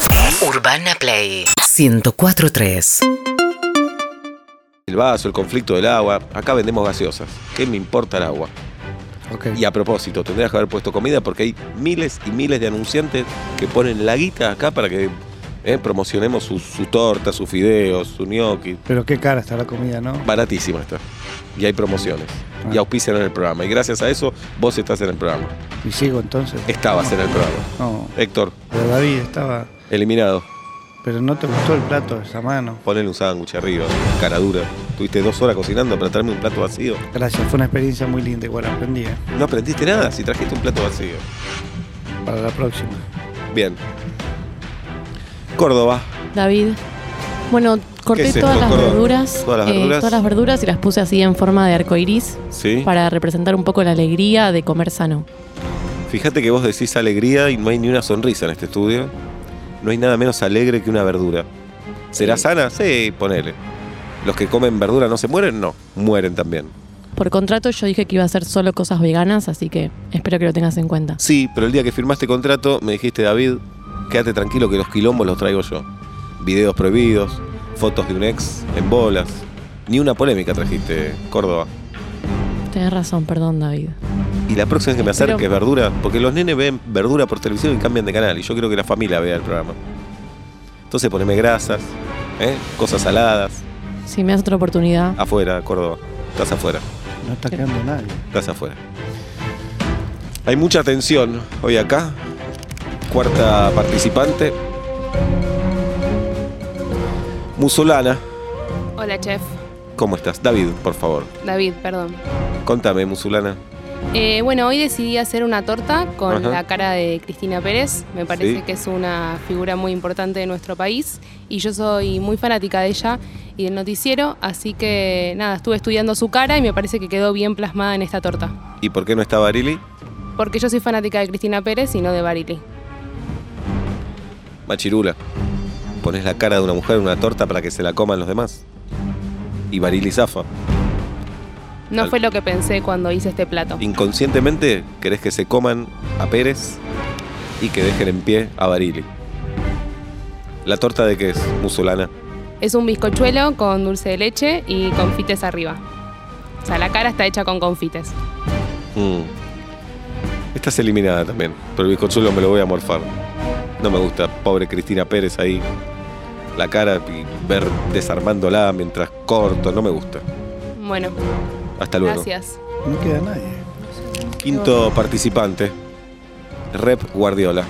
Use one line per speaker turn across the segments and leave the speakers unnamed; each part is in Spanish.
Play. Urbana Play 1043.
El vaso, el conflicto del agua. Acá vendemos gaseosas. ¿Qué me importa el agua? Y a propósito, tendrías que haber puesto comida porque hay miles y miles de anunciantes que ponen la guita acá para que eh, promocionemos su, su torta, sus fideos, su gnocchi.
Pero qué cara está la comida, ¿no?
Baratísima está. Y hay promociones. Y
Ah.
auspician en el programa. Y gracias a eso, vos estás en el programa.
Y sigo entonces.
Estabas en el programa.
No,
Héctor,
pero David estaba.
eliminado.
Pero no te gustó el plato de esa mano.
Ponele un sándwich arriba, cara dura. Tuviste dos horas cocinando para traerme un plato vacío.
Gracias, fue una experiencia muy linda, igual aprendí. ¿eh?
No aprendiste nada si trajiste un plato vacío.
Para la próxima.
Bien. Córdoba.
David. Bueno, corté
¿Qué es
todas
esto,
las
Córdoba?
verduras.
Todas las
eh,
verduras.
todas las verduras y las puse así en forma de arco iris
Sí.
para representar un poco la alegría de comer sano.
Fíjate que vos decís alegría y no hay ni una sonrisa en este estudio. No hay nada menos alegre que una verdura. ¿Será sana? Sí, ponele. Los que comen verdura no se mueren, no. Mueren también.
Por contrato yo dije que iba a hacer solo cosas veganas, así que espero que lo tengas en cuenta.
Sí, pero el día que firmaste contrato me dijiste, David, quédate tranquilo que los quilombos los traigo yo. Videos prohibidos, fotos de un ex en bolas. Ni una polémica trajiste, Córdoba.
Tienes razón, perdón David.
Y la próxima vez que me
Espero-
acerques, verdura, porque los nenes ven verdura por televisión y cambian de canal, y yo quiero que la familia vea el programa. Entonces poneme grasas, ¿eh? cosas saladas,
Si me das otra oportunidad,
afuera, Córdoba. Estás afuera,
No está quedando nadie.
estás afuera. Hay mucha tensión hoy acá. Cuarta participante. Musolana,
Hola, chef.
¿cómo estás? David, por favor.
David, perdón.
Contame, Musulana.
Eh, bueno, hoy decidí hacer una torta con
Ajá.
la cara de Cristina Pérez. Me parece
Sí.
que es una figura muy importante de nuestro país y yo soy muy fanática de ella y del noticiero, así que nada, estuve estudiando su cara y me parece que quedó bien plasmada en esta torta.
¿Y por qué no está Barili?
Porque yo soy fanática de Cristina Pérez y no de Barili.
Machirula. Pones la cara de una mujer en una torta para que se la coman los demás. Y Barili zafa.
No
Tal-
fue lo que pensé cuando hice este plato.
Inconscientemente querés que se coman a Pérez y que dejen en pie a Barili. ¿La torta de qué es, musulana?
Es un bizcochuelo con dulce de leche y confites arriba. O sea, la cara está hecha con confites.
Mm. Estás eliminada también, pero el bizcochuelo me lo voy a morfar. No me gusta, pobre Cristina Pérez ahí. La cara y ver desarmándola mientras corto, no me gusta.
Bueno,
Hasta luego.
gracias.
No queda nadie.
Quinto participante, Rep Guardiola.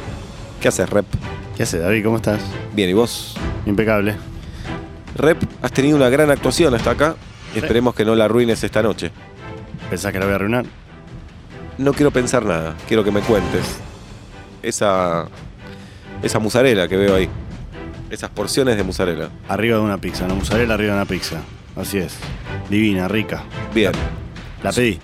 ¿Qué haces, Rep?
¿Qué haces, David? ¿Cómo estás?
Bien, ¿y vos?
Impecable.
Rep, has tenido una gran actuación hasta acá. Esperemos que no la arruines esta noche.
¿Pensás que la voy a arruinar?
No quiero pensar nada, quiero que me cuentes. Esa. Esa musarela que veo ahí. Esas porciones de musarela.
Arriba de una pizza, una mozzarella arriba de una pizza. Así es. Divina, rica.
Bien.
La pedí.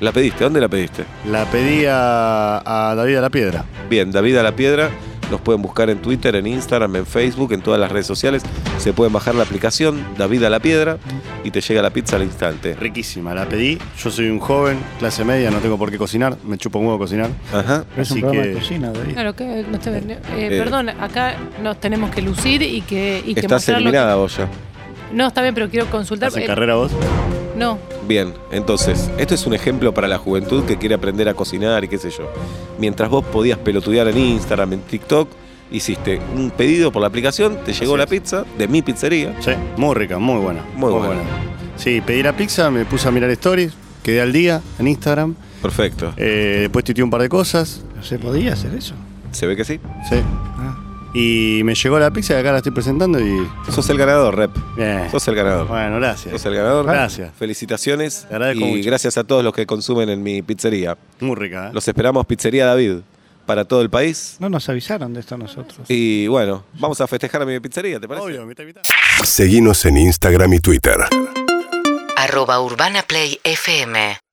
¿La pediste? ¿Dónde la pediste?
La pedí a, a David a la Piedra.
Bien, David a la Piedra. Nos pueden buscar en Twitter, en Instagram, en Facebook, en todas las redes sociales. Se pueden bajar la aplicación David a la Piedra y te llega la pizza al instante.
Riquísima, la pedí. Yo soy un joven, clase media, no tengo por qué cocinar. Me chupo un huevo cocinar.
Ajá.
Pero es un
Así
programa
que-
de cocina, David.
Claro, que no te ven- eh,
Eh.
Perdón, acá nos tenemos que lucir y que, y que
Estás
mostrar lo que-
eliminada, vos ya.
No, está bien, pero quiero consultar.
¿Hace
eh,
carrera vos?
no,
Bien, entonces, esto es un ejemplo para la juventud que quiere aprender a cocinar y qué sé yo. Mientras vos podías pelotudear en Instagram, en TikTok, hiciste un pedido por la aplicación, te llegó
Así
la
es.
pizza de mi pizzería.
Sí, muy rica, muy buena.
Muy buena.
Sí, pedí la pizza, me puse a mirar stories, quedé al día en Instagram.
Perfecto.
Eh, después tuiteé un par de cosas.
No se podía hacer eso.
¿Se ve que sí?
Sí.
Ah,
Y me llegó la pizza y acá la estoy presentando y.
Sos el ganador, Rep.
Bien.
Sos el ganador.
Bueno,
Sos
gracias.
el ganador.
Gracias.
Felicitaciones.
Te agradezco
y
mucho.
gracias a todos los que consumen en mi pizzería.
Muy rica, ¿eh?
Los esperamos, Pizzería David, para todo el país.
No nos avisaron de esto nosotros.
Y bueno, vamos a festejar a mi pizzería, ¿te parece?
Obvio, mitad, mitad.
Seguinos en Instagram y Twitter.
Arroba Urbana Play FM.